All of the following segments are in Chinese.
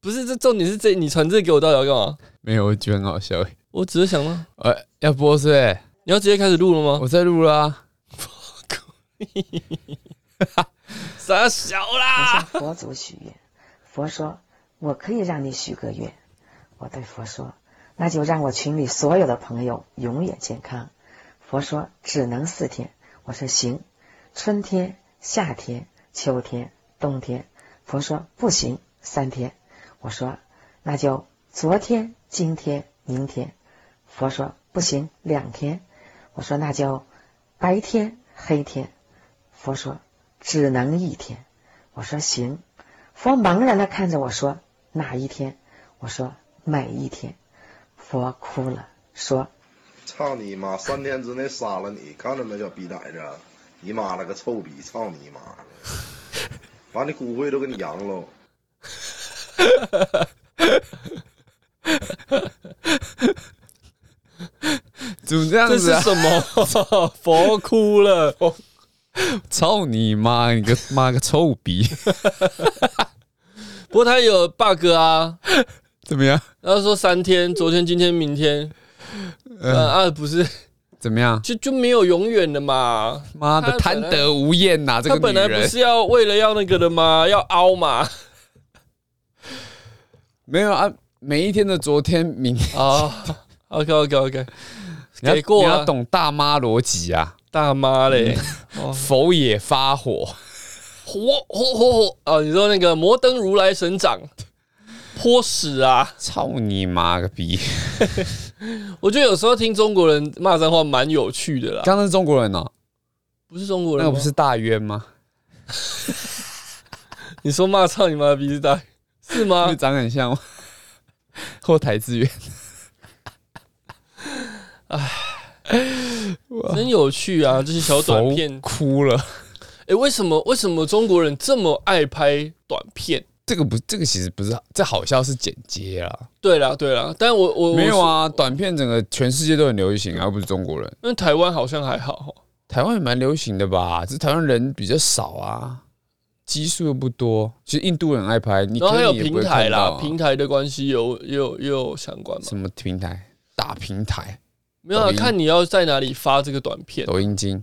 不是，这重点是这你传这给我到底要干嘛？没有，我觉得很好笑。我只是想到呃，要播是不是？你要直接开始录了吗？我在录啦、傻小啦！我向佛祖许愿，佛说我可以让你许个愿。我对佛说，那就让我群里所有的朋友永远健康。佛说只能四天，我说行。春天、夏天、秋天、冬天，佛说不行，三天。我说那就昨天、今天、明天。佛说不行，两天。我说那就白天、黑天。佛说只能一天。我说行。佛茫然的看着我说哪一天？我说每一天。佛哭了，说操你妈！三天之内杀了你，看着没，小逼崽子！啊你妈了个臭逼！操你妈的！把你骨灰都给你扬喽！怎么这样这子是啊？什 么？佛哭了，操你妈！你个妈个臭 逼！不过他也有 bug 啊。怎么样？他说三天，昨天、今天、明天，呃啊，不是，怎么样？就就没有永远的嘛。妈的，她本贪来得无厌呐、这他个本女来不人是要为了要那个的吗？要凹嘛？没有啊。每一天的昨天、明天，啊，OK OK OK，你要给过你啊要，懂大妈逻辑啊！大妈嘞，佛也发火，火火火火啊！你说那个摩登如来神掌，泼屎啊！操你妈个逼！我觉得有时候听中国人骂脏话蛮有趣的啦，刚刚是中国人哦、不是中国那人吗，个不是大冤吗？你说骂操你妈的鼻子大是不吗 是？长得很像吗？后台资源，真有趣啊！这些小短佛片，哭了。哎、为什么为什么中国人这么爱拍短片？这个不，这个其实不是，这好笑是剪接啊，对啦对啦，但我我没有，我啊，短片整个全世界都很流行啊，又不是中国人，是因为台湾好像还好哦，台湾也蛮流行的吧，只是台湾人比较少啊，基数又不多，其实印度人很爱拍，你然后还有可是你也平不会台看到啦，啊平台的关系有也有也有相关嘛？什么平台，大平台，没有啊，抖音看你要在哪里发这个短片。抖音精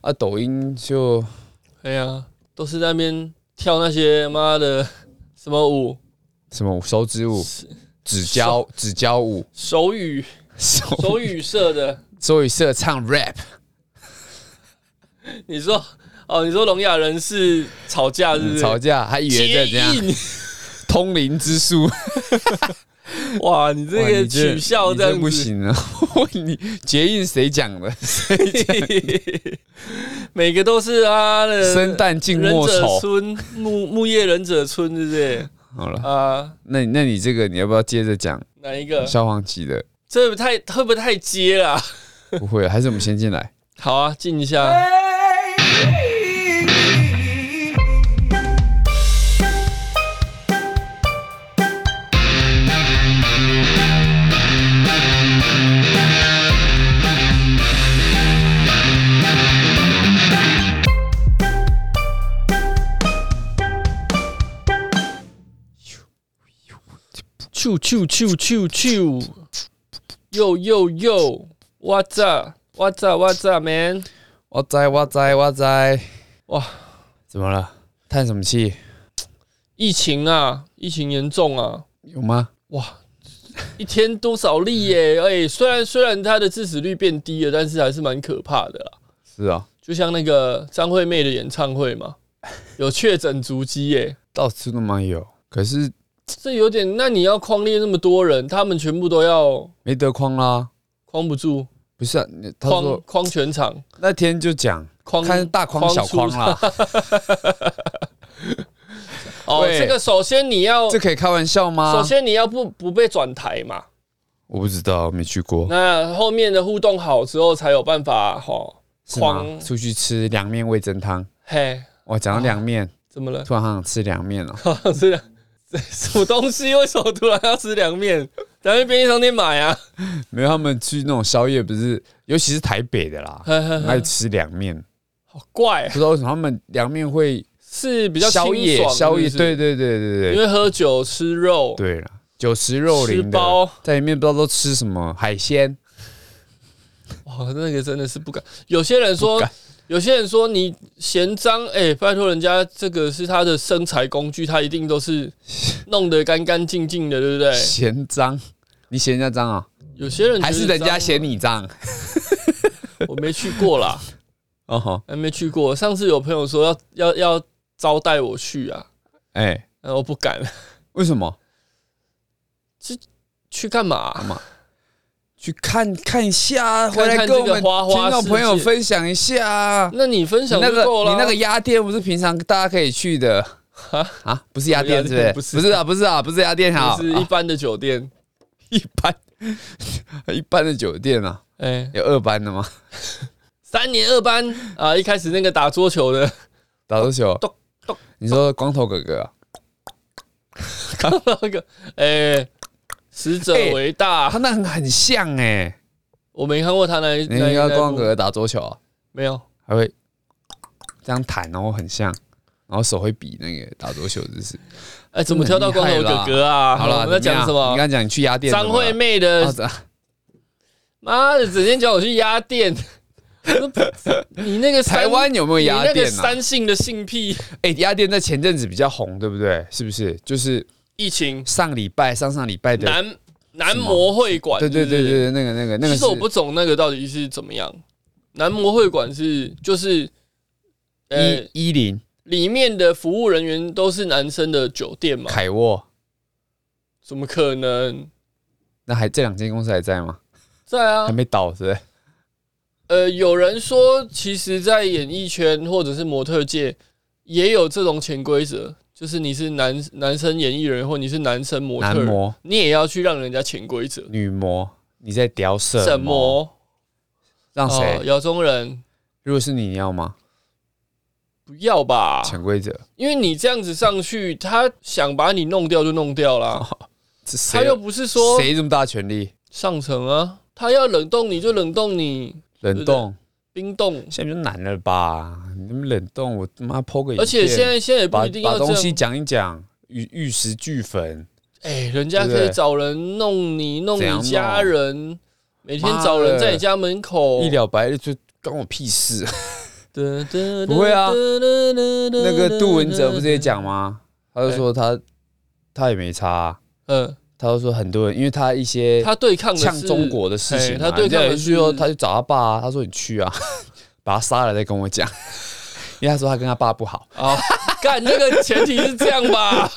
啊，抖音就哎呀，都是在那边跳那些妈的 什么舞，什么手指舞、指交指交舞、手语手手语社的。手语社唱 rap，你说哦，你说聋哑人士吵架是不是？嗯吵架，还以为在接怎样应，通灵之术。 哇，你这哇个你取笑你这样子不，行啊！ 我问你捷运谁讲的？ 每个都是啊的生旦净忍末者丑。村、木木叶忍者村，是不是好了，啊？那你那你这个你要不要接着讲哪一个？消防 局的？这不太会不会太接啊了？不会，啊还是我们先进来。好啊，静一下。啾啾啾啾啾！Yo yo yo，What's up？What's up？What's up，man？哇塞哇塞哇塞！哇，怎么了？叹什么气？疫情啊，疫情严重啊，有吗？哇，一天多少例耶、哎、虽然虽然它的致死率变低了，但是还是蛮可怕的啦。是啊，就像那个张惠妹的演唱会 嘛，有确诊足迹耶、到处都蛮有，可是这有点。那你要框列那么多人，他们全部都要没得框啦。框不住，不是啊，你他框说框全场，那天就讲框看是大框小出框啦，哦，喂这个首先你要， 这可啊以开玩笑吗？首先你要不不被转台嘛。我不知道，没去过。那后面的互动好之后，才有办法吼是吗框？出去吃凉面味噌汤。嘿，我讲到凉面，怎么了？突然好想吃凉面哦了。好像是凉，这什么东西？为什么突然要吃凉面？咱去便利商店买啊！ 没有，他们去那种宵夜，不是，尤其是 台北的啦，呵呵呵很爱吃凉面。好怪、不啊，知道为什么他们凉面会是比较宵夜清爽宵夜，是不是对对对对因对为喝酒吃肉，对了，酒池肉吃林的包，在里面不知道都吃什么海鲜，哇，那个真的是不敢。有些人说不敢，有些人说你嫌脏，哎、拜托人家这个是他的生财工具，他一定都是弄得干干净净的，对不对？嫌脏，你嫌人家脏啊？有些人觉得还是人脏家啊嫌你脏？我没去过啦，哦吼，还没去过。上次有朋友说要要要招待我去啊，哎，然后我不敢，为什么？去干嘛、去看看一下，看回来看跟这我个们花花听众世朋友界分享一下啊。那你分享你那就个够了、你那个鸭店不是平常大家可以去的啊啊？不是鸭店，什是么鸭店不是？不是啊，不是啊，不是鸭店哈，就是一般的酒店， 一般一般的酒店啊，哎、有二班的吗？三年二班啊，一开始那个打桌球 的，打桌球啊咚咚，你说光头哥哥啊，那个哎、死者为大，他啊那很很像哎，我没看过他那一你那一要那一光头部哥哥打桌球啊，没有，还会这样弹，然后很像，然后手会比那个打桌球姿势。哎、怎么挑到光头哥哥啊？好了，我们在怎讲么样什你么？刚讲你去鸭店怎张么了，惠妹的啊，妈的，整天叫我去压店。我说你那个三台湾有没有你鸭那个店啊？三性的性癖，哎、鸭店在前阵子比较红，对不对？是不是？就是疫情上礼拜、上上礼拜的，男男模会馆，对对是不是对对，对，那个那个那个其实我不是懂那个到底是怎么样。男模会馆是就是，呃，一一零里面的服务人员都是男生的酒店嘛？凯沃，怎么可能？那还这两间公司还在吗？在啊还，没倒，是不是？呃，有人说，其实，在演艺圈或者是模特界，也有这种潜规则，就是你是男男生演艺人，或你是男生模男特人，模、你也要去让人家潜规则。女模，你在屌什什么？让谁？哦，姚中人如果是你，你要吗？不要吧？潜规则，因为你这样子上去，他想把你弄掉就弄掉哦啦。这他谁又不是说谁这么大权力？上层啊，他要冷冻你就冷冻你，冷冻，冰冻。现在就难了吧？你们冷冻，我他妈剖个影片，而且现在现在也不把一定把要东这西样，讲一讲，玉玉石俱焚。哎、人家对不可对以找人弄你，弄怎样你弄家人，每天妈找人的在你家门口。一了百了就关我屁事。哒哒不会啊哒哒哒哒那个杜文泽不是也？讲吗？他就说他、他也没差啊、嗯，他就说很多人因为他一些他对抗的像是哎中国的事情、嘿啊，他对人家抗有的去说是他就找他爸、啊，他说你去啊，把他杀了再跟我讲， 因为他说他跟他爸不好。啊， 干那个前提是这样吧？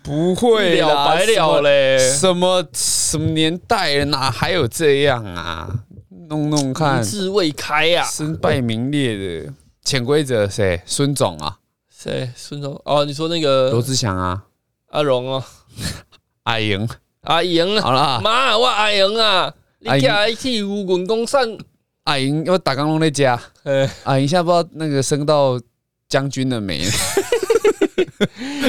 不会一了啦，百什么了嘞什么什么年代了，哪还有这样啊？弄弄 看民，智未开呀、啊。身败名裂的潜规则谁？孙总啊，谁？孙总？哦，你说那罗个志祥啊，阿荣哦，阿莹，阿莹啊，好 啦。妈，我阿莹啊，阿你莹家一去有滚工散，阿莹，我打刚龙在家，哎，阿莹啊现在不知道那个升到将军了没？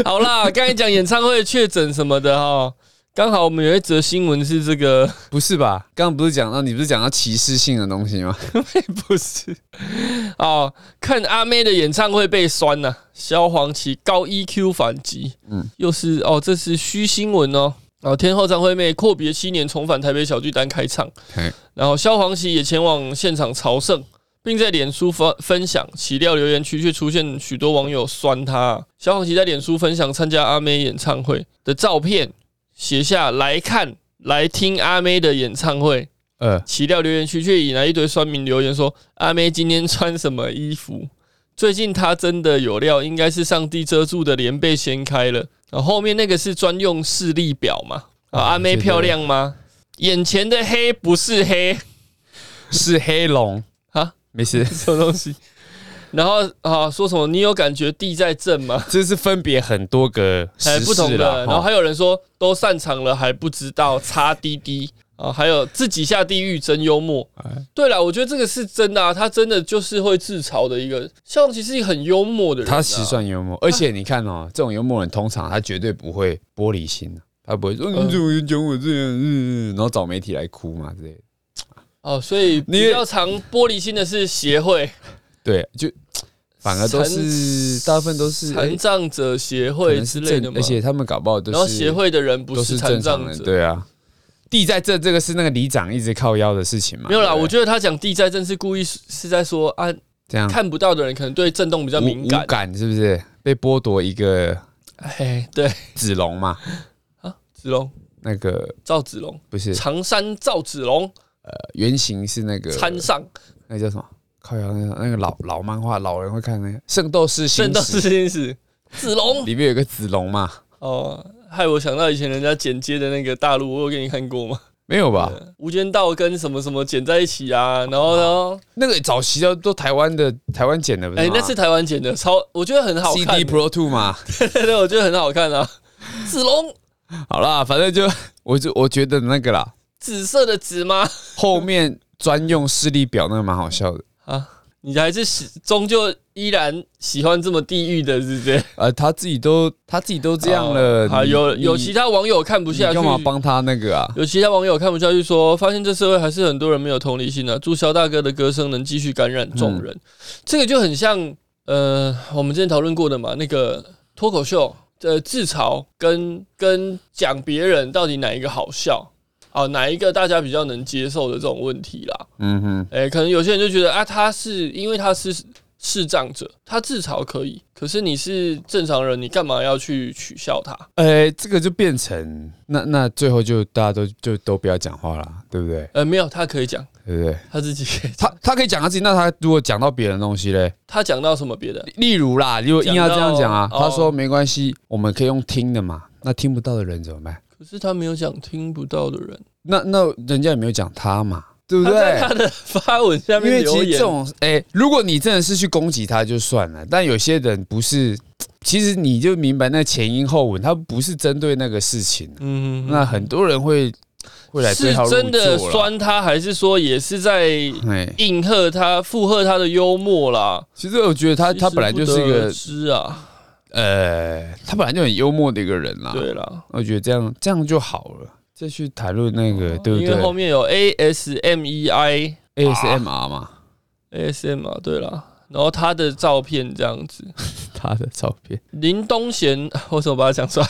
好啦，刚才讲演唱会确诊什么的哈，刚好我们有一则新闻是这个， 不是吧？刚刚不是讲到你不是讲到歧视性的东 西吗？不是哦，看阿妹的演唱会被酸呐、萧煌奇高 EQ 反击，嗯嗯，又是哦，这是虚新闻哦。哦，天后张惠妹阔别七年重返台北小巨蛋开唱嘿，然后萧煌奇也前往现场朝圣，并在脸书分分享，岂料留言区却出现许多网友酸他。萧煌奇在脸书分享参加阿妹演唱会的照片，写下来看来听阿妹的演唱会，呃，岂料留言区却引来一堆酸民留言说：“阿妹今天穿什么衣服？最近她真的有料，应该是上帝遮住的脸被掀开了。”啊，后面那个是专用视力表嘛？啊，哇阿妹这个漂亮吗？眼前的黑不是黑，是黑龙啊，没 事，什么东西？然后啊，说什么你有感觉地在震吗？这是分别很多个哎，时不同事的。了。然后哈还有人说都散场了还不知道，擦滴滴啊，还有自己下地狱真幽默。哎对了，我觉得这个是真的啊，他真的就是会自嘲的一个，像其实一个很幽默的人啊、他其实算幽默，而且你看哦，这种幽默人通常他绝对不会玻璃心的，他不会说嗯你怎么讲我这样，嗯，嗯然后找媒体来哭嘛之类的。哦，所以比较常玻璃心的是协会，对，就 反而都是大部分都是残哎障者协可会能之是类的正，嘛。而且他们搞不好都然后是协会的人不都是残正常障人，者，对啊。地在这这个是那个里长一直靠腰的事情嘛？没有啦。对不对我觉得他讲地在震是故意是是在说啊，这样看不到的人可能对震动比较无敏无感。感是不是被剥夺一个哎，对，子龙嘛？子龙那个赵子龙，不是常山赵子龙呃原型是那个参上那个叫什么？靠腰那个那个老老漫画，老人会看那个《圣斗士星圣斗矢士》星 矢子龙里面有个子龙嘛？哦，害我想到以前人家剪接的那个大陆，我有给你看过 吗？没有吧？无间道跟什么什么剪在一起啊，然后然后那个早期都都台湾的台湾剪的，不是哎、吗那是台湾剪的，超我觉得很好看 CD，Pro Two 嘛？ 对对，我觉得很好看啊。子龙好啦，反正就我就我觉得那个啦，紫色的紫吗？后面专用视力表那个蛮好笑的。啊，你还是喜终究依然喜欢这么地狱的，是不是？呃，他自己都他自己都这样了，啊，你有有你其他网友看不你下去干，嘛帮他那个 啊？有其他网友看不下去说，发现这社会还是很多人没有同理心啊。祝肖大哥的歌声能继续感染众人，这个就很像呃，我们之前讨论过的嘛，那个脱口秀呃自嘲跟跟讲别人到底哪一个好笑啊，哪一个大家比较能接受的这种问题啦。嗯哼，诶、可能有些人就觉得啊，他是因为他是视障者，他自嘲可以，可是你是正常人，你干嘛要去取笑他？呃，这个就变成那那最后就大家都就都不要讲话啦，对不对？呃，没有，他可以讲，对不对？他自己可以。他他可以讲他自己，那他如果讲到别人的东西嘞，他讲到什么别的？例如啦，如果硬要这样讲啊，讲到他哦说没关系，我们可以用听的嘛。那听不到的人怎么办？可是他没有讲听不到的人，那那人家也没有讲他嘛，对不他在对他？的发文下因面为其留实这言，种，哎、如果你真的是去攻击他就算了，但有些人不是，其实你就明白那前因后文，他不是针对那个事情。嗯，那很多人会会来对是号入座真的啦酸他，还是说也是在哎，应和他、附和他的幽默啦？其实我觉得他他本来就是一个知啊，呃，他本来就很幽默的一个人啦。对啦，我觉得这样这样就好了，再去谈论那个、对哎不哦因为后对面啊有 E ASMEI。 ？ASMR 嘛， ASM 啊，对啦，然后他的照片这样子，他的照片，林东贤， 为什么把他讲出来？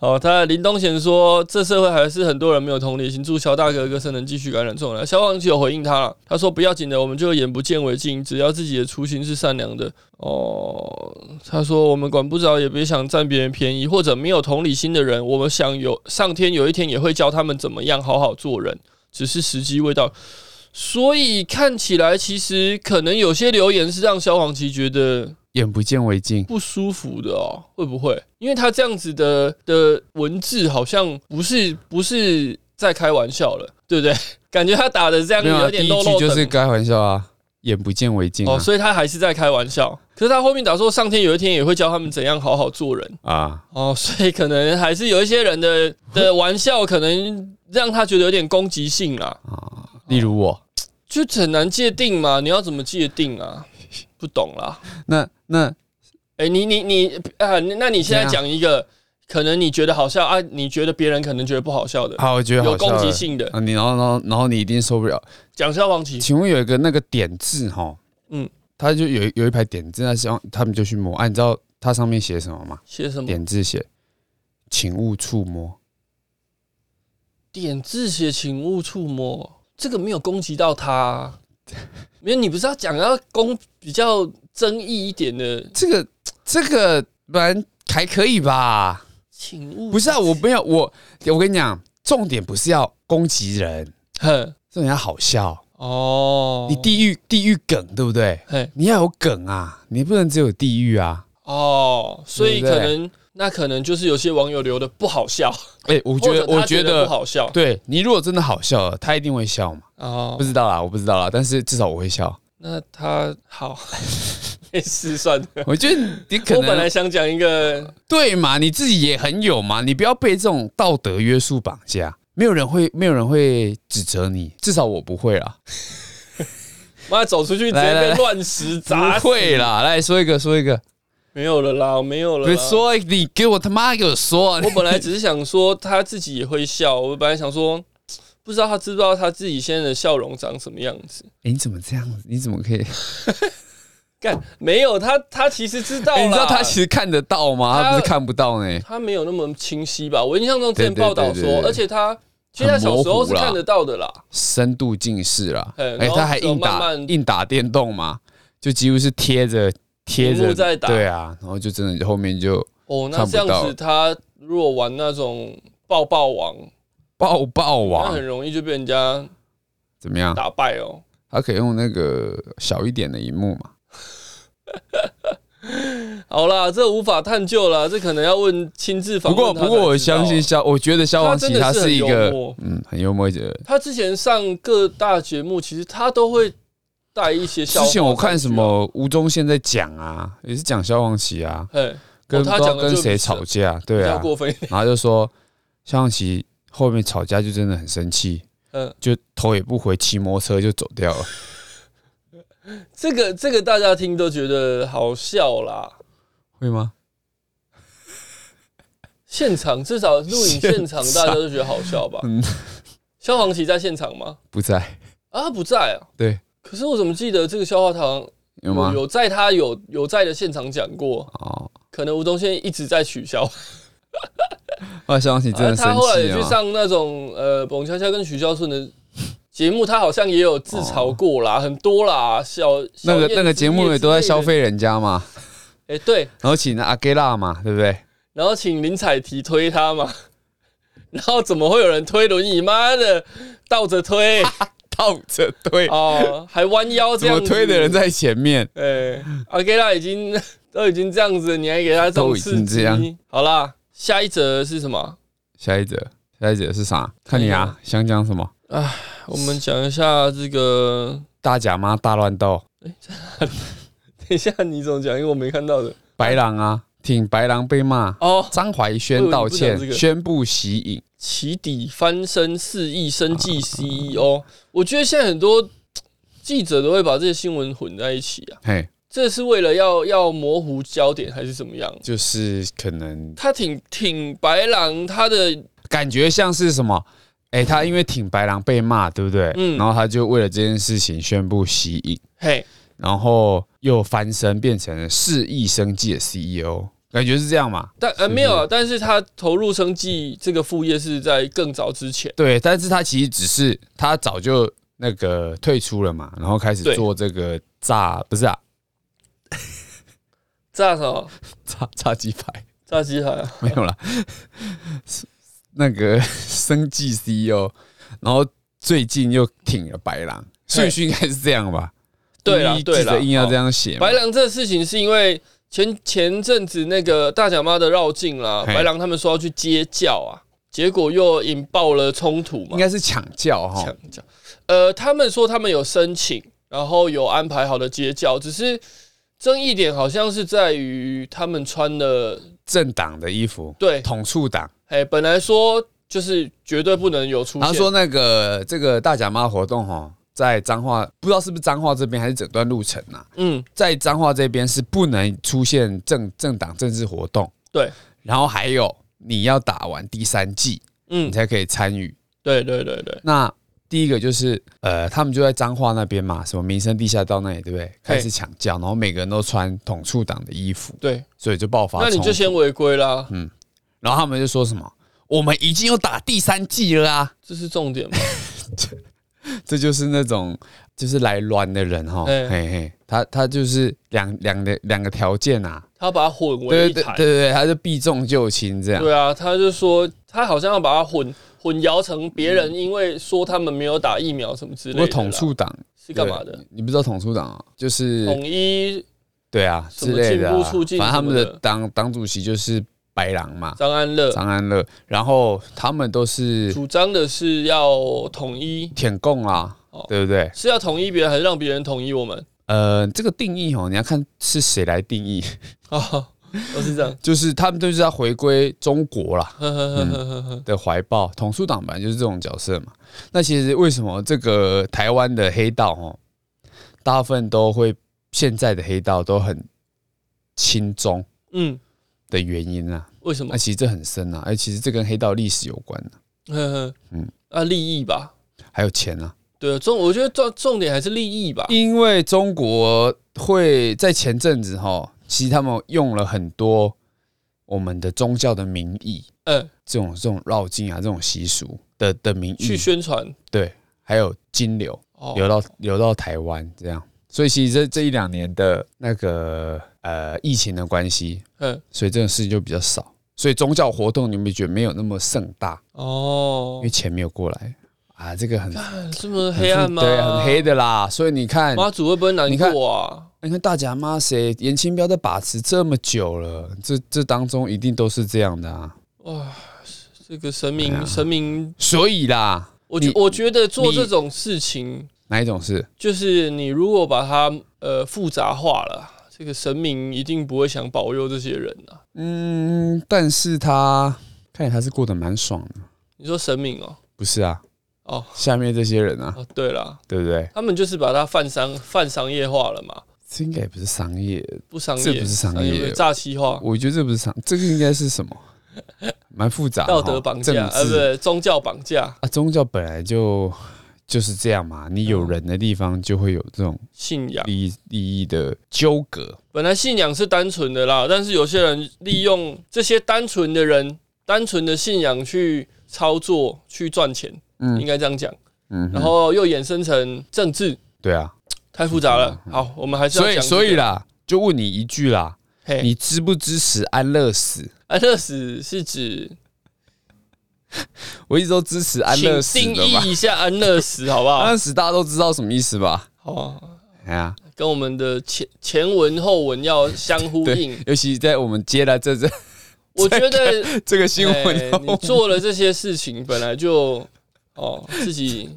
哦，他林东贤说，这社会还是很多人没有同理心，祝肖大哥的歌声能继续感染众人。消防局有回应他了，他说不要紧的，我们就眼不见为净，只要自己的初心是善良的。哦，他说我们管不着，也别想占别人便宜，或者没有同理心的人，我们想有上天有一天也会教他们怎么样好好做人，只是时机未到。所以看起来，其实可能有些留言是让消防局觉得眼不见为净。不舒服的哦，会不会？因为他这样子的的文字好像不是不是在开玩笑了，对不对？感觉他打的这样没有、啊，有第点一漏句漏就是等开玩笑啊，眼不见为净啊。哦，所以他还是在开玩笑。可是他后面打说上天有一天也会教他们怎样好好做人啊，哦，所以可能还是有一些人 的的玩笑，可能让他觉得有点攻击性啦，例如我，就很难界定嘛。你要怎么界定啊？不懂啦。那那哎、你你你啊，那你现在怎样讲一个，可能你觉得好笑啊，你觉得别人可能觉得不好笑的，好，我觉得有好笑攻了击性的，啊，你然后然后然后你一定受不了。讲消防旗，请问有一个那个点字哈，嗯嗯，他就有一有一排点字，那希望他们就去摸。啊，你知道它上面写什么吗？写什么点字写，请勿触摸。点字写请勿触摸，这个没有攻击到他 啊、没有，你不是要讲要攻比较争议一点的，这个这个不然还可以吧？请勿不是啊，我没有我我跟你讲，重点不是要攻击人， 哼重点要好笑。哦，你地狱地狱梗对不对？嘿你要有梗啊，你不能只有地狱啊。哦，所以对可不对能那可能就是有些网友留的不好笑，哎、我觉或者得，他我得觉不得，好笑 对你如果真的好笑了，他一定会笑嘛。哦不，知道啦，我不知道啦，但是至少我会笑。 那他好 没事算了。我觉得你可我本来能想讲一个，对嘛，你自己也很有嘛，你不要被这种道德约束绑架。没有人会，没有人会指责你，至少我不会啦，妈走出去直接来来被来乱石砸不死，会啦。来说一个，说一个，没有了啦，没有了啦。别说你给我他妈给我说啊，啊我本来只是想说他自己也会笑，我本来想说，不知道他知不知道他自己现在的笑容长什么样子。哎，你怎么这样子？你怎么可以？干没有他，他其实知道啦、 哎你知道他其实看得到吗？他他不是看不到呢。他没有那么清晰吧？我印象中之前对对报道说，对对对而且他其实他小时候是很模糊啦看得到的啦。深度近视啦，哎哎、然后他还就硬打慢慢硬打电动嘛，就几乎是贴着贴屏幕着在打对啊，然后就真的后面就哦，那看不这样到子他如果玩那种抱抱王，抱那抱王很容易就被人家怎么样？打败哦。他可以用那个小一点的荧幕嘛？好啦，这无法探究啦，这可能要问亲自访不问过他才不过我相信知道啊消，我觉得消他防真奇的他是是很一幽个默嗯很幽默的。他之前上各大节目，其实他都会带一些笑之话前我看什上去啊，么吴宗宪在讲啊，也是讲消防奇啊，哎，跟、哦他讲不知道的跟就谁比较吵架，比对较啊，过分一点，然后就说萧煌奇后面吵架就真的很生气，嗯。就头也不回，骑摩托车就走掉了。这个这个大家听都觉得好笑啦，会吗？现场至少录影现场现场大家都觉得好笑吧？ 嗯，萧煌奇在现场吗？不在，啊，他不在啊。对，可是我怎么记得这个笑话堂有吗？有在他有有在的现场讲过？哦，可能吴宗宪一直在取消，那萧煌奇真啊的他生后来气也了去吗？上那种呃董悄悄跟许孝顺的节目，他好像也有自嘲过啦，很多啦，小啊那个那个节目也都在小消。燕子之类的费人家嘛，哎、对，然后请那阿盖拉嘛，对不 对？然后请林采缇推他嘛， 然后怎么会有人推轮椅？妈的，倒着 推倒着推，哦，还弯腰这怎样么子推的人？在前面？哎、阿盖拉已经都已经这样子，你还给他这种都已刺经激这样？好啦，下一则是什么？下一则，下一则是啥？看哎你啊，想讲什么？我们讲一下这个。 大甲妈大乱斗，等一下，你怎么讲？因为我没看到的白狼啊，挺白狼被骂，哦。张怀轩道我以为你不讲这歉，个宣布息影。起底翻身四亿生计 CEO，我 E 觉得现在很多记者都会把这些新闻混在一起啊，嘿，这是为了要要模糊焦点还是怎么样？就是可能他挺挺白狼，他的感觉像是什么？哎、他因为挺白狼被骂，对不对？嗯然后他就为了这件事情宣布息影，嘿，然后又翻身变成了四亿生计的 CEO，感觉是这样嘛？但呃是没有啊，但是他投入生计这个副业是在更早之前，对，但是他其实只是他早就那个退出了嘛，然后开始对做这个炸，不是啊，炸什么？炸炸鸡排 炸鸡排啊？没有啦，是那个 生计 CEO，然后最近又挺了白狼，顺序应该是这样吧？对啦第一对记啦者硬要好这样写嘛，白狼这事情是因为前前阵子那个大脚妈的绕境啦，嘿白狼他们说要去接教啊，结果又引爆了冲突嘛应。该是哦抢教哈抢，教。呃，他们说他们有申请，然后有安排好的接教，只是争议点好像是在于他们穿的政党的衣服，对，统促党。哎，本来说就是绝对不能有出现，然后说那个这个大甲妈活动哈，在彰化不知道是不是彰化这边还是整段路程啊，嗯，在彰化这边是不能出现政政党政治活动，对，然后还有你要打完第三季，嗯你，才可以参与。对对对对，那第一个就是呃，他们就在彰化那边嘛，什么民生地下道那里，对不对？开始抢教，然后每个人都穿统促党的衣服，对，所以就爆发冲那突。你就先违规啦，嗯然后他们就说什么？我们已经有打第三季了啊！这是重点嘛。这就是那种就是来乱的人哈，对嘿嘿，他他就是两两的两个条件啊，他把它混为对一对谈，对对，他就避重就轻这样，对啊，他就说他好像要把它混混淆成别人，因为说他们没有打疫苗什么之不类的过啦。嗯统促党是干嘛的？对？你不知道统促党啊？就是统一对啊什么之类的啊、进步促进反正他们什么的的党党主席就是白狼嘛，张安乐张安乐，然后他们都是主张的是要统一，舔共啊哦，对不对？是要统一别人，还是让别人统一我们？呃，这个定义哦，你要看是谁来定义， 哦，都是这样。就是他们就是要回归中国啦。呵呵呵呵呵呵的怀抱，统促党本来就是这种角色嘛。那其实为什么这个台湾的黑道哦，大部分都会现在的黑道都很轻中嗯，的原因啊？为什么那？其实这很深啊，哎，其实这跟黑道历史有关、啊、呵呵，嗯嗯，啊，利益吧。还有钱啊，对，重我觉得重重点还是利益吧。因为中国会在前阵子哈，其实他们用了很多我们的宗教的名义，嗯，这种这种绕境啊，这种习俗的的名义去宣传对，还有金流哦，流到流到台湾这样。所以其实这这一两年的那个呃疫情的关系，嗯，所以这种事情就比较少。所以宗教活动你们觉得没有那么盛大，因哦为，钱没有过来啊，这个很看这么很黑暗复吗？对，很黑。的啦。所以你看，妈祖会不会难过啊？你看大甲妈谁严清标在把持这么久了，这这当中一定都是这样的啊。哇，这个神明、对啊神明，所以啦，我觉你我觉得做你这种事情，哪一种是？就是你如果把它呃复杂化了，这个神明一定不会想保佑这些人啊。嗯，但是他看起来他是过得蛮爽的，你说神明哦，不是啊？哦下面这些人啊，哦，对啦，对不对？他们就是把它泛商泛商业化了嘛，这应该也不是商业，不商业，这不是商业不是诈欺化、我觉得这不是商，这个应该是什 么？蛮复杂的道哈，德绑政架，呃，不治是宗教绑架、啊，宗教本来就就是这样嘛，你有人的地方就会有这种信仰。利益利益的纠葛，本来信仰是单纯的啦，但是有些人利用这些单纯的人、单纯的信仰去操作、去赚钱，嗯应该这样讲。嗯哼，然后又衍生成政治，对啊，太复杂了。嗯好，我们还是要所讲、哎以所以，啦，就问你一句啦，嘿，你支不支持安乐死？安乐死是指，我一直都支持安乐请死定的嘛，义一下安乐死，好不安好？乐死大家都知道什么意思吧？好啊，哎呀，跟我们的前前文后文要相呼应对。，尤其在我们接了这这我觉得这个新闻 哎后，你做了这些事情，本来就哦自己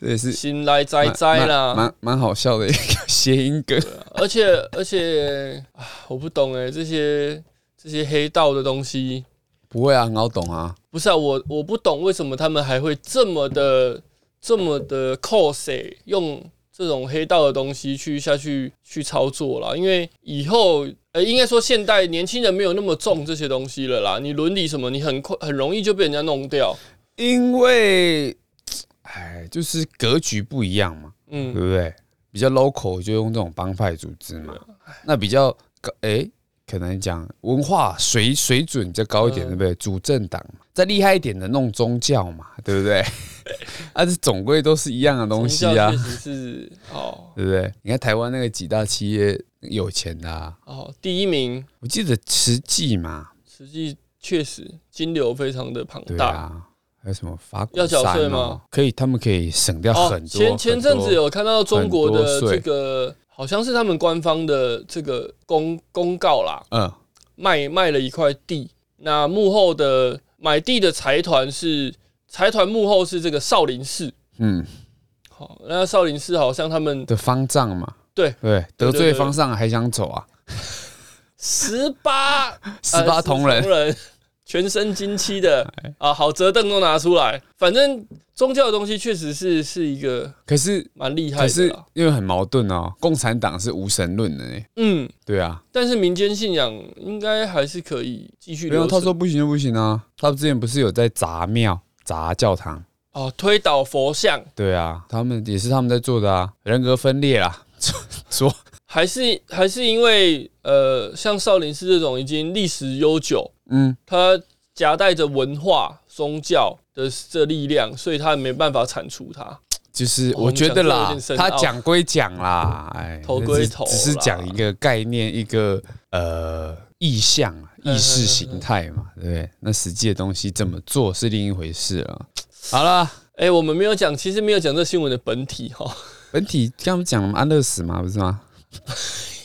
这也是心来栽栽 蛮啦。蛮蛮好笑的一个谐音梗。而且而且啊，我不懂哎，这些这些黑道的东西，不会啊，很好懂啊。不是啊，我我不懂为什么他们还会这么的这么的 cos 欸用这种黑道的东西去下去去操作啦，因为以后。呃，应该说现代年轻人没有那么重这些东西了啦。你伦理什么，你很快很容易就被人家弄掉。因为，哎，就是格局不一样嘛，嗯对，不对？比较 local 就用这种帮派组织嘛，啊那比较高哎，可能讲文化水水准比较高一点，嗯对不对？主政党嘛，再厉害一点的弄宗教嘛，对 不对？啊，这总归都是一样的东西啊确，实是哦对不对？你看台湾那个几大企业有钱的、啊，哦，第一名我记得慈济嘛，实际确实金流非常的庞对大。啊，还有什么法国要缴税山吗哦？可以，他们可以省掉哦很，多。前前阵很子多有看到中国的很多这税个，好像是他们官方的这个公公告啦，嗯，卖卖了一块地。那幕后的买地的财团是财团幕后是这个少林寺。嗯好，那少林寺好像他们的方丈嘛，对对，对对得罪方丈还想走啊？十 八呃十八哎铜人，全身金漆的啊，好折凳都拿出来。反正宗教的东西确实是是一个可是蛮厉害可的是啦，因为很矛盾哦，共产党是无神论的呢，嗯，对啊，但是民间信仰应该还是可以继续然留后存。他说不行就不行啊，他之前不是有在砸庙、砸教堂？哦，推倒佛像，对啊，他们也是他们在做的啊，人格分裂啦， 说说还是还是因为呃，像少林寺这种已经历史悠久，嗯，它夹带着文化宗教的这力量，所以它没办法铲除它。就是哦我觉得我们讲得有啦点，深奥他讲归讲啦，哎，头归头啦只是只是讲一个概念，一个呃意向啊、嗯意识形态嘛，对不对？那实际的东西怎么做是另一回事了。好了，哎、我们没有讲，其实没有讲这新闻的本体哈、本体刚刚讲了嘛安乐死嘛，不是吗？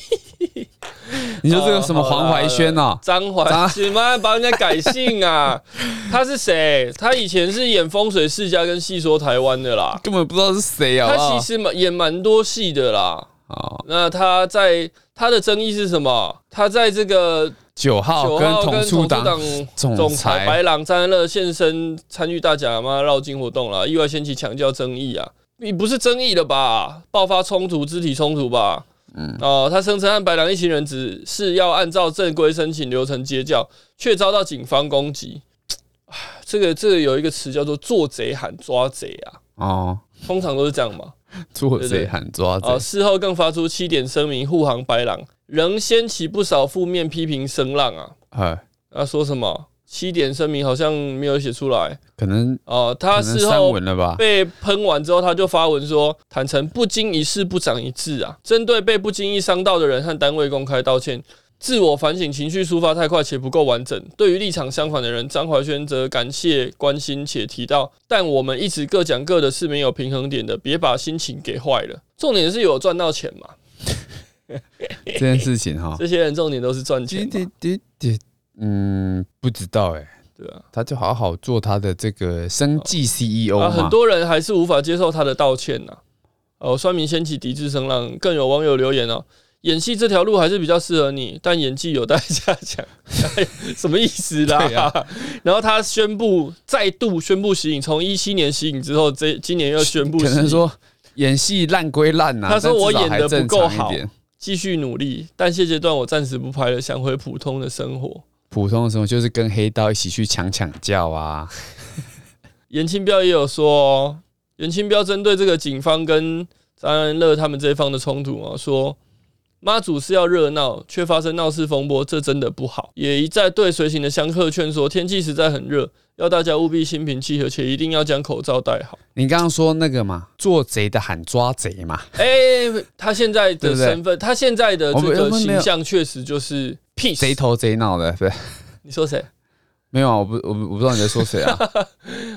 你说这个什么黄怀轩 哦，张怀轩，妈把人家改姓啊！他是谁？他以前是演《风水世家》跟《戏说台湾》的啦。根本不知道是谁，好不他好其？实蛮演蛮多戏的啦。哦，那他在他的争议是什么？他在这个九号九哦跟号统跟促统党党总总裁裁白狼张安乐现身参与大甲妈绕境活动啦，意外掀起强教争议啊！你不是争议了吧？爆发冲突，肢体冲突吧？嗯哦，他声称和白狼一行人只是要按照正规申请流程接教，却遭到警方攻击。唉这个这个有一个词叫做“做贼喊抓贼”啊，哦，通常都是这样嘛。做贼喊抓啊，贼，事后更发出七点声明护航白狼，仍掀起不少负面批评声浪啊。哎，啊，说什么七点声明好像没有写出来可能哦、他可能事删后文啊了吧？被喷完之后，他就发文说：“坦诚不经一事不长一智啊，针对被不经意伤到的人和单位公开道歉，自我反省情绪抒发太快且不够完整。对于立场相反的人，张怀轩则感谢关心且提到，但我们一直各讲各的，是没有平衡点的，别把心情给坏了。重点是有赚到钱嘛，这件事情哈，这些人重点都是赚钱滴嘛，滴滴滴嗯，不知道哎、对啊。他就好好做他的这个生计 CEO 啊，嘛，很多人还是无法接受他的道歉呐、哦，酸民掀起抵制声浪，更有网友留言哦，演戏这条路还是比较适合你，但演技有待加强。 什么意思啦？对啊然后他宣布再度宣布息影，从一七年息影之后，这今 年又宣布可息能影说演戏烂归烂呐、他说但至少我演得还正不够常一好点继续努力，但现阶段我暂时不拍了，想回普通的生活。普通的时候就是跟黑道一起去抢抢叫啊，严清标也有说、哦，严清标针对这个警方跟张安乐他们这一方的冲突啊，说妈祖是要热闹，却发生闹事风波，这真的不好。也一再对随行的香客劝说，天气实在很热，要大家务必心平气和，且一定要将口罩戴 好。你刚刚说那个嘛，做贼的喊抓贼 嘛，哎、他现在对的不对身份，他现在的这我们我个们没有形象确实就是贼 peace。头贼脑的，对，你说谁？没有啊，我不我不我不知道你在说谁啊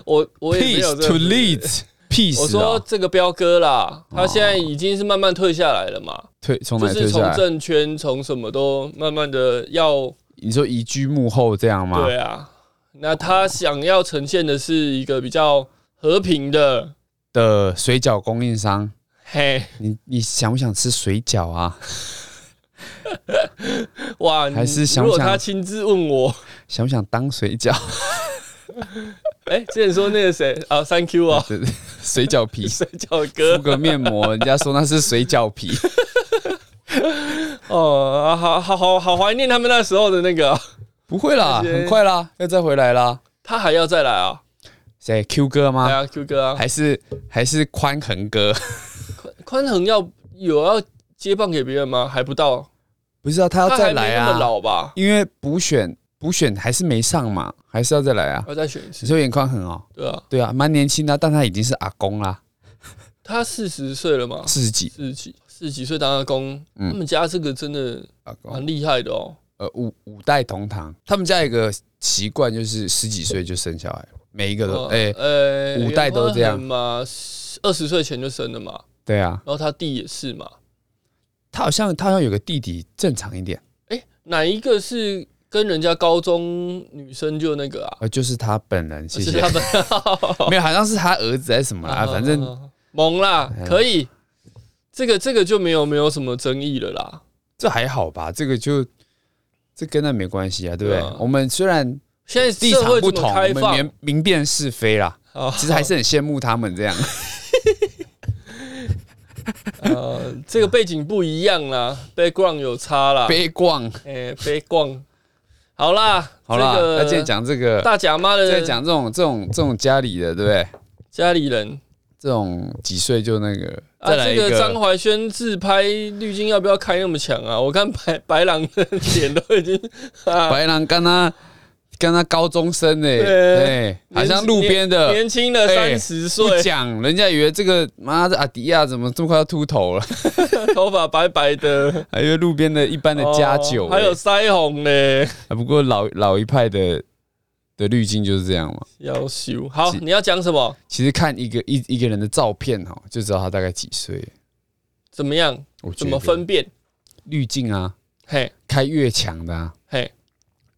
我 我也没有，peace 这个 to 啊 lead，peace，啊我说这个彪哥啦，他哦现在已经是慢慢退下来了嘛。退从就哪是退下从来？政圈，从什么都慢慢的要你说移居幕后这样吗？对啊。那他想要呈现的是一个比较和平的，的水饺供应商，嘿，你你想不想吃水饺啊？ 哇！还是想如果想他亲自问我，想不想当水饺？ 哎、之前说那个谁啊，三 Q 啊， 对对水饺皮水饺敷哥个面膜，人家说那是水饺皮。哦，啊好好好好怀念他们那时候的那个啊，不会啦，那些很快啦，要再回来啦。他还要再来啊，谁 Q 哥来吗？啊 Q 哥啊，还是还是宽恒哥？ 宽恒要有要接棒给别人吗？还不到，不是啊，他要他再还没来那么啊，老吧？因为补选补选还是没上嘛，还是要再来啊。要再选一次你，说严宽恒哦，对啊，对啊，蛮年轻的啊，但他已经是阿公啦，他四十岁了嘛，四十几四十几、四十几岁当阿公，嗯他们家这个真的阿公，蛮厉害的哦。呃五五代同堂。他们家有一个习惯就是十几岁就生小孩，每一个都哇哎、呃五代都这样嘛，二十岁前就生了嘛，对啊，然后他弟也是嘛。他好像他好像有个弟弟，正常一点，哎，哪一个是跟人家高中女生就那个啊？呃，就是他本人，谢是谢他。啊们 没有，好像是他儿子还是什么啦，反正 萌啦哎，呀可以。这个这个就没有没有什么争议了啦。这还好吧，这个就这跟那没关系啊，对不对？对啊我们虽然现在立社场会不这同，么我开们放明，明辨是非啦，啊其实还是很羡慕他们这样。呃， 这个背景不一样啦，background 有差啦。悲逛，哎，别逛。好啦，好啦，这个那今天讲这个，大甲妈的再讲这种这种这种家里的，对不对？家里人。这种几岁就那个，啊再，来一这个张个，怀轩自拍滤镜要不要开那么强啊？我看白白狼的脸都已经 啊，白狼跟他跟他高中生呢，对哎，好像路边的年年轻 的哎三十不岁，讲，人家以为这个妈的阿迪亚怎么这么快要秃头了， 头发白白的，还以为路边的一般的家酒、哎哦还有腮红嘞，啊，不过老老一派的的滤镜就是这样嘛。要修。好，是你要讲什么？其实看一个一一个人的照片哦，就知道他大概几岁。怎么样？我觉怎得么分辨？滤镜啊？嘿，开越强的啊，嘿，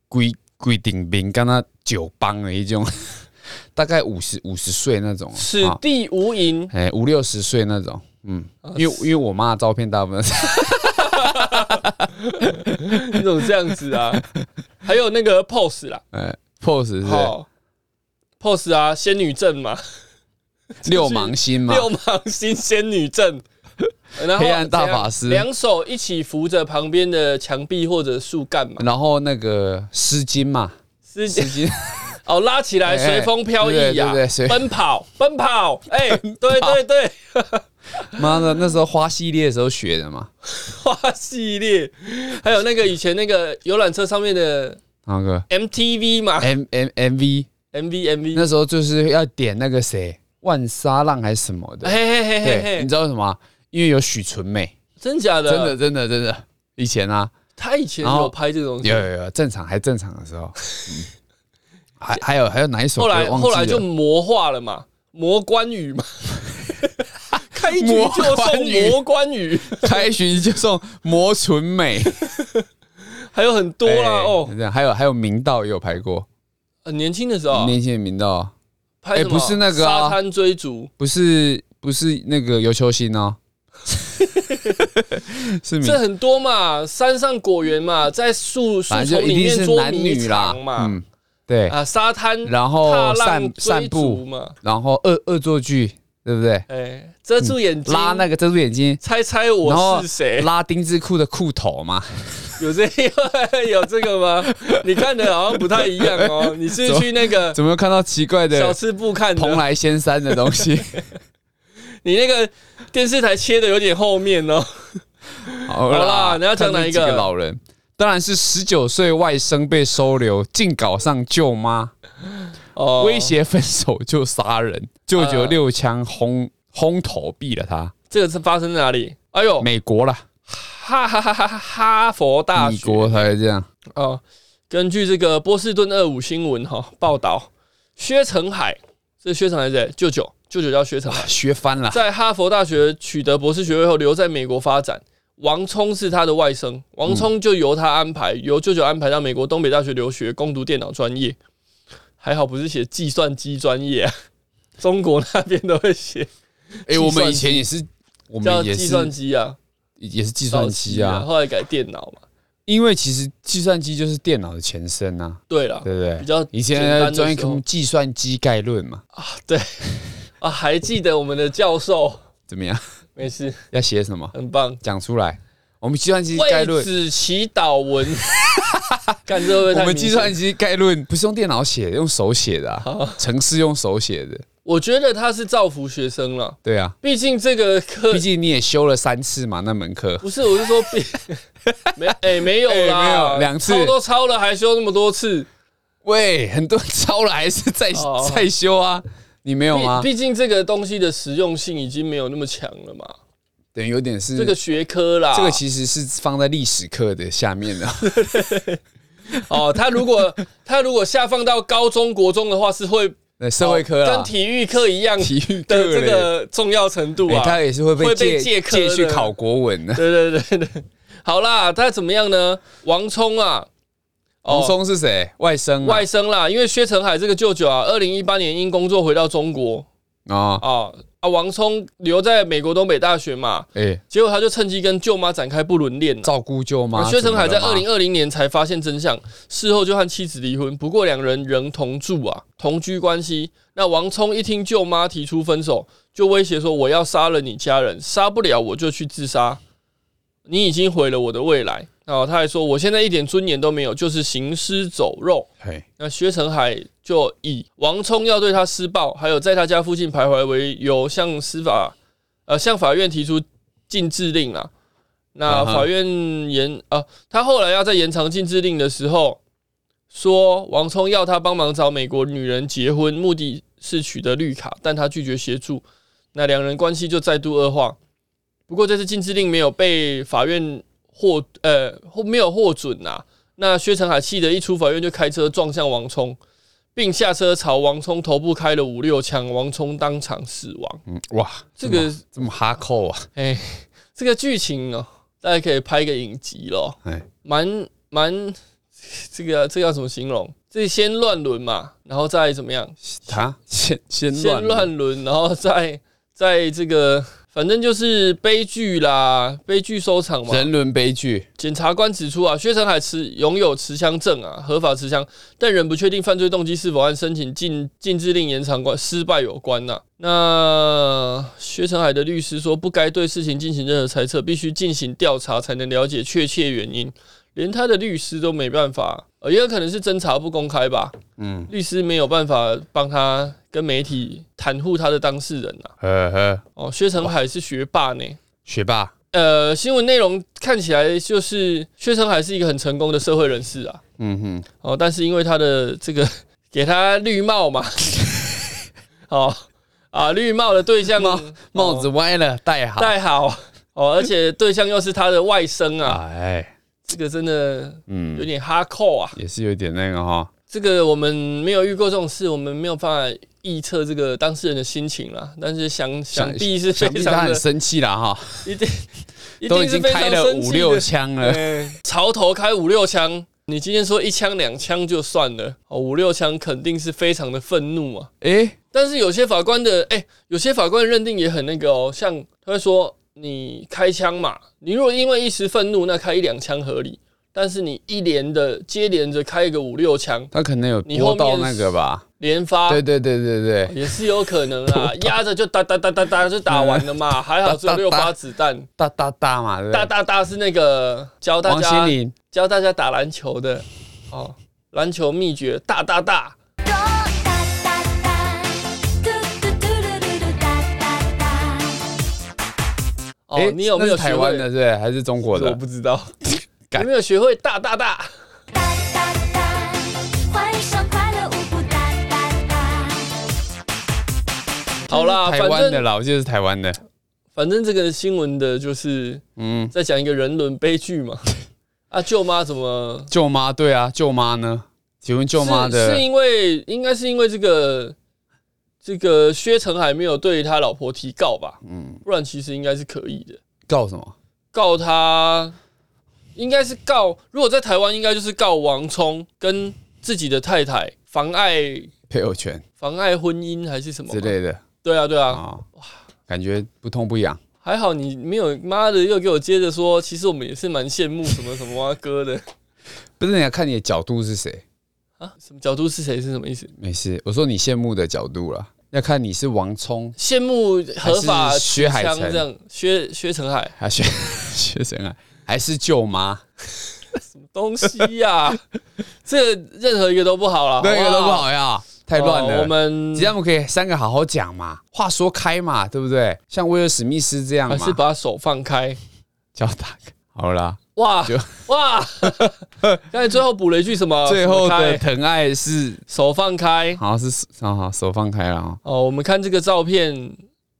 规规顶兵，跟他酒帮的一种， 大概五十五十岁那种啊，此啊地无银，哎五六十岁那种。嗯，啊因为因为我妈的照片大部分是 你怎么这样子啊？还有那个 pose 啦，哎 pose 是不是好，pose 啊，仙女症嘛，六芒星 嘛，六芒星仙女 阵，然后黑暗大法师怎样两手一起扶着旁边的墙壁或者树干嘛，然后那个诗经嘛，是诗经 哦，拉起来，哎随风飘对逸呀、啊对对随奔跑，奔跑， 哎、对对对，妈的，那时候花系列的时候学的嘛，花系列，还有那个以前那个游览车上面的那个 MTV 嘛 M M M V， ，MV MV，那时候就是要点那个谁万沙浪还是什么的，嘿嘿嘿嘿对，你嘿，知道为什么吗？因为有许纯美，真假的？真的，真的真的，以前啊，他以前然后有拍这种东西有，有有正常还正常的时候，嗯还还有还有哪一首歌后来忘记后来了就魔化了嘛，魔关羽 嘛，开局魔就关送羽魔关羽，开学就送魔 纯美，还有很多啦、哎哦，这样还有还有明道也有拍过，很年轻的时候年轻的明道拍哎什么不是那个啊沙滩追逐，不是不是那个尤秋兴哦，是明这很多嘛，山上果园嘛，在树树反正丛就一里定面是捉男迷女啦嗯藏，嘛，，对，啊，沙滩，然后踏浪散追散步逐嘛，然后恶恶作剧，对不对？哎，遮住眼睛，嗯拉那个遮住眼睛，猜猜然我后是谁？ 拉丁字裤的裤头嘛，有这 有这个吗？你看的好像不太一样哦，你是 怎么去那个怎么有看到奇怪小的吃部看蓬的？莱仙山的东西？ 你那个电视台切的有点后面哦。好好啦你要讲哪一个看这几老人？当然是十九岁外甥被收留，竟搞上舅妈，哦，威胁分手就杀人，舅舅呃六枪轰轰头毙了他。这个是发生在哪里？哎呦，美国啦，哈哈哈哈！哈佛大美学国才会这样。哦，根据这个波士顿二五新闻哈、报道，薛成海，这薛成海是谁？舅舅，舅舅叫薛成海， 学翻了，在哈佛大学取得博士学位后，留在美国发展。王聪是他的外甥，王聪就由他安嗯排，由舅舅安排到美国东北大学留学，攻读电脑专业。还好不是写计算机专业、啊，中国那边都会写哎、我们以前也是，我叫们也计是算机啊，也是计计算机啊，后来改电脑嘛。因为其实计算机就是电脑的前身啊，对了，对不对？比较以简单的前专业科时目候计算机概论嘛，啊，还记得我们的教授，怎么样？ 没事，要写什么？很棒。讲出来。我们计算机 概为论，子祈祷 文，干这会不会太我们明计显算机概论不是用电脑写的，用手写的啊，程式用手写的。我觉得他是造福学生了，对啊，毕竟这个科毕竟你也修了三次嘛，那门课。不是，我是说 毕没哎、没有啦，哎没有两次抄都抄了，还修那么多次，喂，很多人抄了还是在哦在修啊？你没有吗？毕毕竟这个东西的实用性已经没有那么强了嘛，等于有点是这个啊学科啦，嗯这个其实是放在历史课的下 面的，哦，他如果 他如果下放到高中国中的话，是会哦对社会课跟啦，体育课一样体育的课这嘞个重要程度哎啊，他也是会会被被借借科借去的考国文的。对对对对， 好啦，他怎么样呢？王聪啊，哦王松是谁？外甥啊嘛。外甥啦，因为薛成海这个舅舅啊，二零一八年因工作回到中国哦，啊啊，王聪留在美国东北大学嘛，哎，结果他就趁机跟舅妈展开不伦恋啊了。照顾舅妈。哦呃薛成海在怎二么了吗零二零年才发现真相，事后就和妻子离婚，不过两人仍同住啊，同居关系。那王聪一听舅妈提出分手，就威胁说：“我要杀了你家人，杀不了我就去自杀。你已经毁了我的未来。”哦，他还说：“我现在一点尊严都没有，就是行尸走肉。”嘿，那薛成海就以王聪要对他施暴，还有在他家附近徘徊为由，向司法呃向法院提出禁制令啊。那啊哈法院延啊、他后来要在延长禁制令的时候，说王聪要他帮忙找美国女人结婚，目的是取得绿卡，但他拒绝协助，那两人关系就再度恶化。不过这次禁制令没有被法院获呃获没有获准啊呐、那薛成海气得一出法院就开车撞向王聪，并下车朝王聪头部开了五六枪，王聪当场死亡。嗯，哇，这个这么哈扣 啊，哎，这个剧情呢、大家可以拍个影集咯，哎，蛮蛮这个这个要怎么形容？这先乱伦嘛，然后再怎么样？他先先先乱乱伦，然后再再这个，反正就是悲剧啦，悲剧收场嘛。人伦悲剧，检察官指出啊，薛成海持拥有持枪证啊，合法持枪，但仍不确定犯罪动机是否和申请禁禁制令延长关失败有关呐、那薛成海的律师说，不该对事情进行任何猜测，必须进行调查才能了解确切原因。连他的律师都没办法，呃，也有可能是侦查不公开吧，嗯，律师没有办法帮他跟媒体袒护他的当事人呐、呵呵，哦，薛成海是学霸呢。学霸，呃，新闻内容看起来就是薛成海是一个很成功的社会人士啊，嗯哼，哦，但是因为他的这个 给他绿帽嘛， 哦啊，绿帽的对象帽帽子歪了，戴好，戴好哦，而且对象又是他的外甥啊，哎，这个真的嗯有，点哈扣啊，也是有点那个哈，这个我们没有遇过这种事，我们没有办法预测这个当事人的心情啦，但是想想必是非想必他常很的生气了哈，一定一都已定是经非常开了生五气六的。枪了， 朝头开五六枪，你今天说一枪两枪就算了，哦，五六枪肯定是非常的愤怒啊。哎，但是有些法官的，哎、有些法官的认定也很那个哦，像他会说你开枪嘛，你如果因为一时愤怒，那开一两枪合理，但是你一连的接连着开一个五六枪，他可能有你后拨到面啊那个吧，连发，对对对对对，也是有可能 啊，压着就哒哒哒哒哒就打完了嘛，还好只有六发子弹，哒哒哒嘛，对不哒对？哒哒是那个教大王家心凌，教大家打篮球的哦，篮球秘诀大大大，哒哦哒哒哒，嘟嘟嘟噜噜噜哒哒哒。哦，诶你有没有那是台学湾会？的？对，还是中国我的？不知道， 干有没有学会大大大？哒哒哒，换上快乐舞步哒哒哒。好啦， 台湾反的正啦，我记得是台湾的。反正这个新闻的就是嗯，在讲一个人伦悲剧 嘛。啊，舅妈怎么？舅妈，对啊，舅妈呢？请问舅妈是的是因为应该是因为这个这个薛成海没有对他老婆提告吧？嗯不然其实应该是可以的。告什么？告他应该是告，如果在台湾应该就是告王聪跟自己的太太妨碍配偶权妨碍婚姻还是什么之吧类的对啊，对啊，啊？感觉不痛不痒。还好你没有妈的又给我接着说，其实我们也是蛮羡慕什么什么啊哥的不是你要看你的角度是谁？啊，什么角度是谁是什么意思？没事，我说你羡慕的角度啦，要看你是王聪羡慕合法还是薛海枪城这样，薛薛成海还是 学生啊，还是舅妈？东西呀、 这任何一个都不好啦，那个都不好好呀，太乱哦了。我们只要我们可以三个好好讲嘛，话说开嘛，对不对？像威尔史密斯这样嘛，啊还是把手放开。叫大哥。好啦，哇就 哇！刚才最后补了一句什么？最后什么开的疼爱是手放哦开好像是啊，好手放开了哦。哦。我们看这个照片，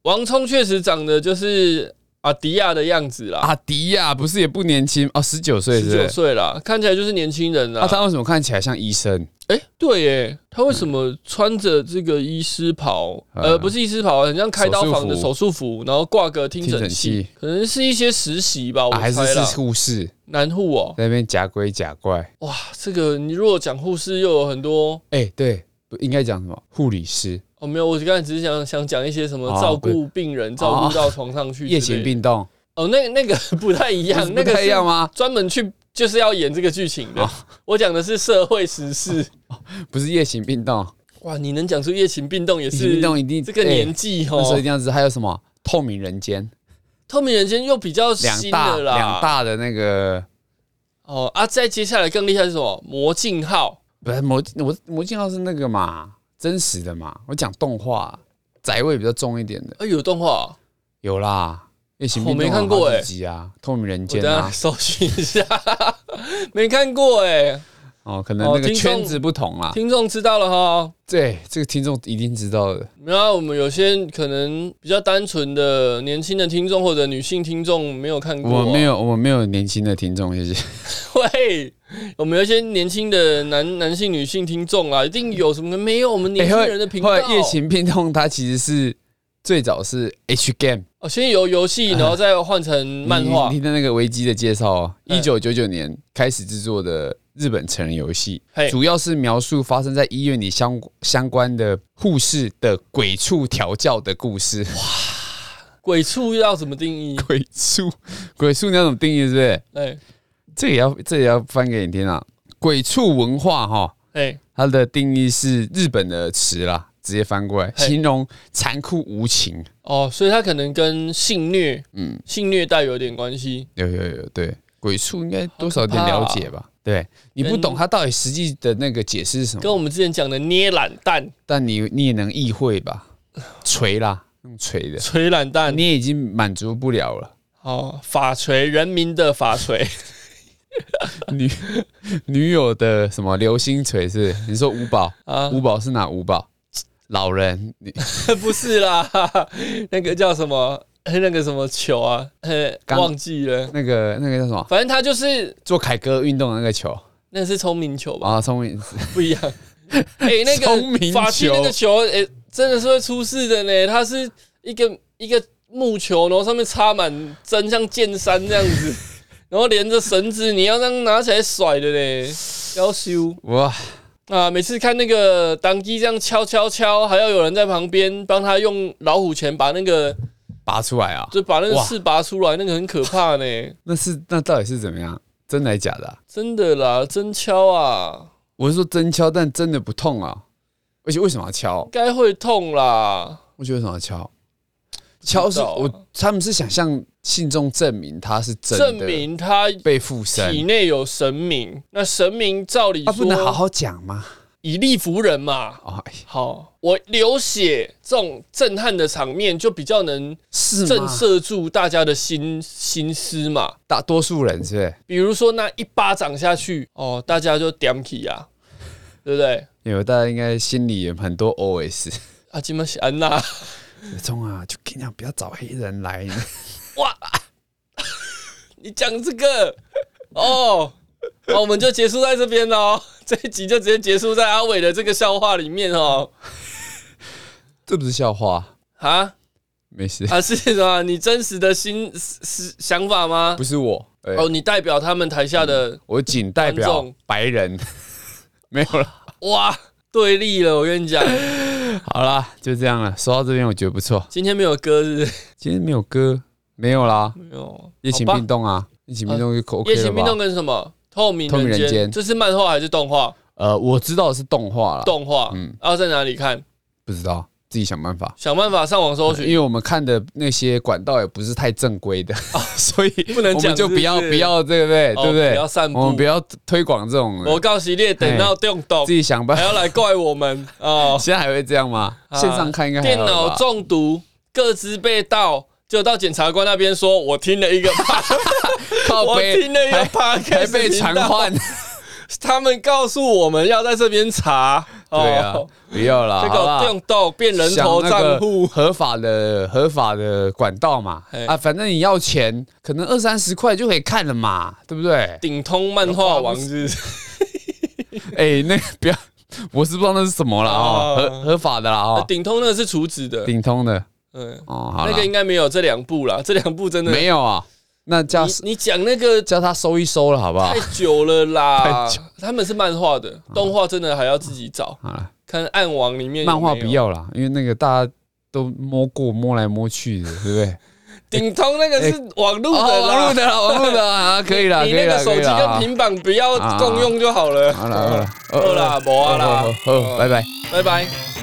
王聪确实长得就是阿迪亚的样子啦，阿啊迪亚不是也不年轻哦，十九岁十是九不是？岁啊啦，看起来就是年轻人那、啦。啊他为什么看起来像医生？哎，对耶，他为什么穿着这个医师袍？呃，嗯不是医师袍，很像开刀房的手手术服，然后挂个听听诊诊器器，可能是一些实习吧，我啊、还是猜啦。是护士男护哦，在那边假鬼假怪？哇，这个你如果讲护士，又有很多哎、对，不应该讲什么护理师，哦，没有，我刚才只是想想讲一些什么哦照不哦顾病人、照顾到床上去之类的。夜行病动，哦，那那个 不太一样不，是那不个太一样吗？专门去就是要演这个剧情的哦。 我讲的是社会时事。不是夜行病动，哇，你能讲出夜勤病动也夜行是病动一定这个哎年纪那时候一哦定。要知道还有什么透明人间，透明人间又比较两新大的啦，两大的那个哦啊，再接下来更厉害是什么？魔镜号不是魔我魔镜号是那个嘛，真实的嘛，我讲动画宅味比较重一点的，啊，有动画哦、有啦。夜行病我没动看好过几哎集啊，透明人我等间下 啊，搜寻一下， 没看过哎、哦，可能哦那个听众圈子不同啦。听众知道了哈。对，这个听众一定知道的。然后我们有些可能比较单纯的年轻的听众或者女性听众没有看过，啊我们没。有，我们没有年轻的听众，谢谢。 喂，我们有一些年轻的男男性、女性听众啊，一定有什么没有我们年轻人的频道。后来哎后来夜行病痛，它其实是最早是 H Game 哦，先由游戏，然后再换成漫画 你。听的那个维基的介绍哦，哎一九九九年开始制作的日本成人游戏嘿，主要是描述发生在医院里相相关的护士的鬼畜调教的故事。鬼畜要怎么定义？鬼畜，鬼畜你要怎么定义？是不是？哎这也要这也要翻给你听啊！鬼畜文化哈、哎，它的定义是日本的词啦，直接翻过来，嘿形容残酷无情。哦，所以它可能跟性虐、嗯，性虐待有点关系。有有有，对，鬼畜应该多少有点了解吧？对你不跟懂它到底实际的那个解释是什嗯跟么，我们之前讲的捏懒蛋、但你你也能意会吧？锤啦，用锤的，锤懒蛋、你也已经满足不了了。 哦，法锤，人民的法锤，女女友的什么流星锤是不是？你说五宝啊啊？五宝是哪五宝？老人，你 不是啦，那个叫什么？ 那个什么球啊？ 嘿刚忘记了，那个那个叫什么？反正他就是做凯歌运动的那个球那是聪明球吧，啊，聪明不 一样。哎、那聪个明法器球那个球，哎、真的是会出事的呢。它是一个一个木球，然后上面插满针，像剑山这样 子，然后连着绳子，你要这样拿起来甩的嘞，要修。哇！啊，每次看那个当机这样敲敲敲，还要有人在旁边帮他用老虎钳把那个拔出来啊！就把那个哇刺拔出来，那个很可怕 呢。那是那到底是怎么样？真的还假的啊、真的啦，真敲啊，我是说真敲，但真的不痛啊！而且为什么要敲应？该会痛啦。我觉得为什么要敲？敲是不知道啊我他们是想向信众证明他是真的证明他被附体身，内有神明，那神明照理他啊不能好说好讲吗？以力服人嘛。哦，哎好，我流血这种震撼的场面，就比较能是震吗？慑住大家的心心思嘛。大多数人是不是比如说那一巴掌下去，哦，大家就点起啊，对不对？有大家应该心里有很多 OS，啊，金马喜安娜，中啊，就跟你讲不要找黑 人来，哇，你讲这个哦，那我们就结束在这边喽。 这一集就直接结束在阿伟的这个笑话里面哦。这不是笑话，啊没事，啊，是什么？你真实的心思想法吗不？是我，哎哦，你代表他们台下的我仅代观表众白人， 没有了，哇对立了，我跟 你讲，好啦，就这样了，说到这边我觉得不错，今天没有歌是不是？今天没有歌，没有啦，没有，夜情好吧冰冻啊，夜情冰冻就 OK 夜了行冰冻吧？跟什么？透明透明人人间，间这是漫画还是动画？呃，我知道是动画了，动画，嗯嗯，然后在哪里看？不知道自己想办法。想办法上网搜因寻。为我们看的那些管道也不是太正规 的，所以不能 我讲们就哦是不不要是不要这个对哦对不不对？要散步我们不要推广这种我告系列等到电动 自，己想 办还法。要来怪我们哦。现在还会这样吗？啊线上看应该还电好吧脑中毒，各自被盗，就到检察官那边说，我听了一 个靠我背听了一个还 podcast，还被频传道唤，他们告诉我们要在这边查，哦、对啊，不要啦，结好果啦电动变人头想那账个户，合法的合法的管道嘛嘿，啊，反正你要钱，可能二三十块就可以看了嘛，对不 对？顶通漫画王是哎，那个不要，我是不知道那是什么啦啊哦，合合法的啦哦，顶通那个是厨子的，顶通的嗯，哦，好那啦个，应该没有这两部啦，这两部真的没有啊，那叫你你讲那个叫他收一收了，好不好太？久了啦太久，他们是漫画的，动画真的还要自己找，好了。看暗网里面有没有漫画不。要啦，因为那个大家都摸过、摸来摸去的，对 不对？顶通那个是网络的啦，哦，网络的啦，网络的啊，可以啦，可你以那啦，个手可以机跟啦。啊平板不要共用就好了。好了，好了，好啦，无啊啦好，，好，拜拜。拜拜。